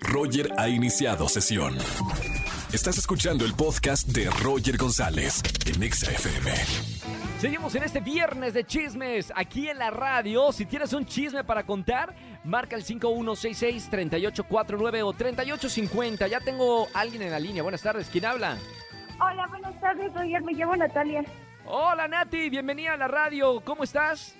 Roger ha iniciado sesión. Estás escuchando el podcast de Roger González en Exa FM. Seguimos en este viernes de chismes aquí en la radio. Si tienes un chisme para contar, marca el 5166-3849 o 3850. Ya tengo a alguien en la línea. Buenas tardes, ¿quién habla? Hola, buenas tardes, Roger. Me llamo Natalia. Hola Nati, bienvenida a la radio. ¿Cómo estás?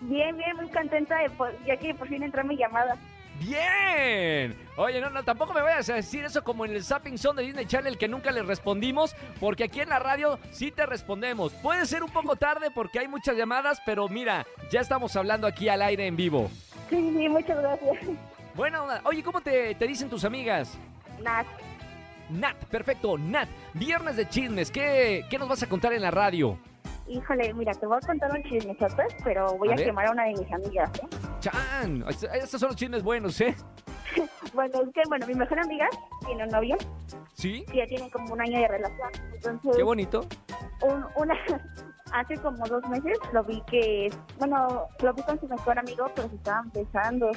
Bien, bien, muy contenta de, po- ya que por fin entró mi llamada. Bien. Oye, no, no, tampoco me vayas a decir eso como en el Zapping Zone de Disney Channel que nunca les respondimos, porque aquí en la radio sí te respondemos. Puede ser un poco tarde porque hay muchas llamadas, pero mira, ya estamos hablando aquí al aire en vivo. Sí, sí, muchas gracias. Bueno, oye, ¿cómo te, te dicen tus amigas? Nat, Nat, perfecto, Nat. Viernes de chismes, ¿qué, qué nos vas a contar en la radio? híjole, mira, te voy a contar un chisme, ¿sabes? Pero voy A a, ver. quemar a una de mis amigas. ¿eh? Chan, est- estos son los chismes buenos, ¿eh? Bueno, es que, bueno, mi mejor amiga tiene un novio Sí, que ya tiene como un año de relación. Entonces, qué bonito. un- una, hace como dos meses lo vi que, bueno, lo vi con su mejor amigo, pero se estaban besando.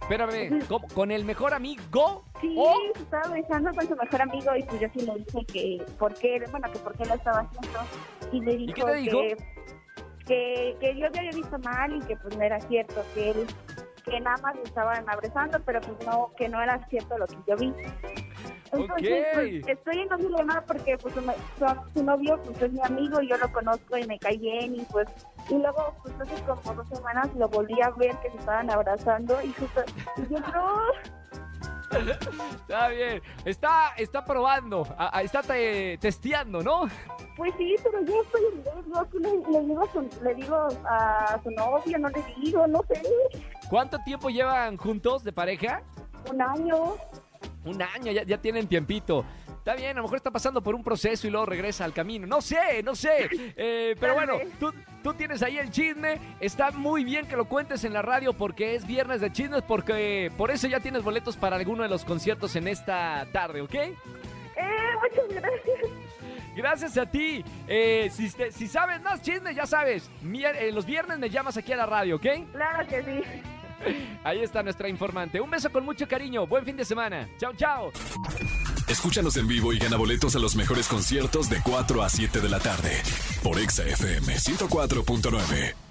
Espérame, ¿cómo? ¿con el mejor amigo? Oh, Sí, o- se estaba besando con su mejor amigo y pues yo sí le dije que por qué, bueno, que por qué lo estaba haciendo. Y me dijo, qué te dijo? Que, que, que yo me había visto mal y que pues no era cierto, que él que nada más lo estaban abrazando, pero pues no, que no era cierto lo que yo vi. Entonces, Ok. pues, estoy en un dilema porque pues su, su- su novio pues es mi amigo y yo lo conozco y me cae bien y pues y luego pues hace como dos semanas lo volví a ver que se estaban abrazando y justo y yo no Está bien. Está, está probando, a- a- está te- testeando, ¿no? Pues sí, pero yo estoy en riesgo. ¿Qué le, le digo a su, le digo a su novio? No le digo, no sé. ¿Cuánto tiempo llevan juntos de pareja? Un año. Un año, ya, ya tienen tiempito. Está bien, a lo mejor está pasando por un proceso y luego regresa al camino. No sé, no sé. Eh, pero Tal bueno, vez. tú, tú tienes ahí el chisme. Está muy bien que lo cuentes en la radio porque es viernes de chismes, porque por eso ya tienes boletos para alguno de los conciertos en esta tarde, ¿ok? Eh, muchas gracias. Gracias a ti. Eh, si, te- si sabes más chismes, ya sabes. mier- eh, los viernes me llamas aquí a la radio, ¿ok? Claro que sí. Ahí está nuestra informante. Un beso con mucho cariño. Buen fin de semana. Chao, chao. Escúchanos en vivo y gana boletos a los mejores conciertos de 4 a 7 de la tarde por Exa FM 104.9.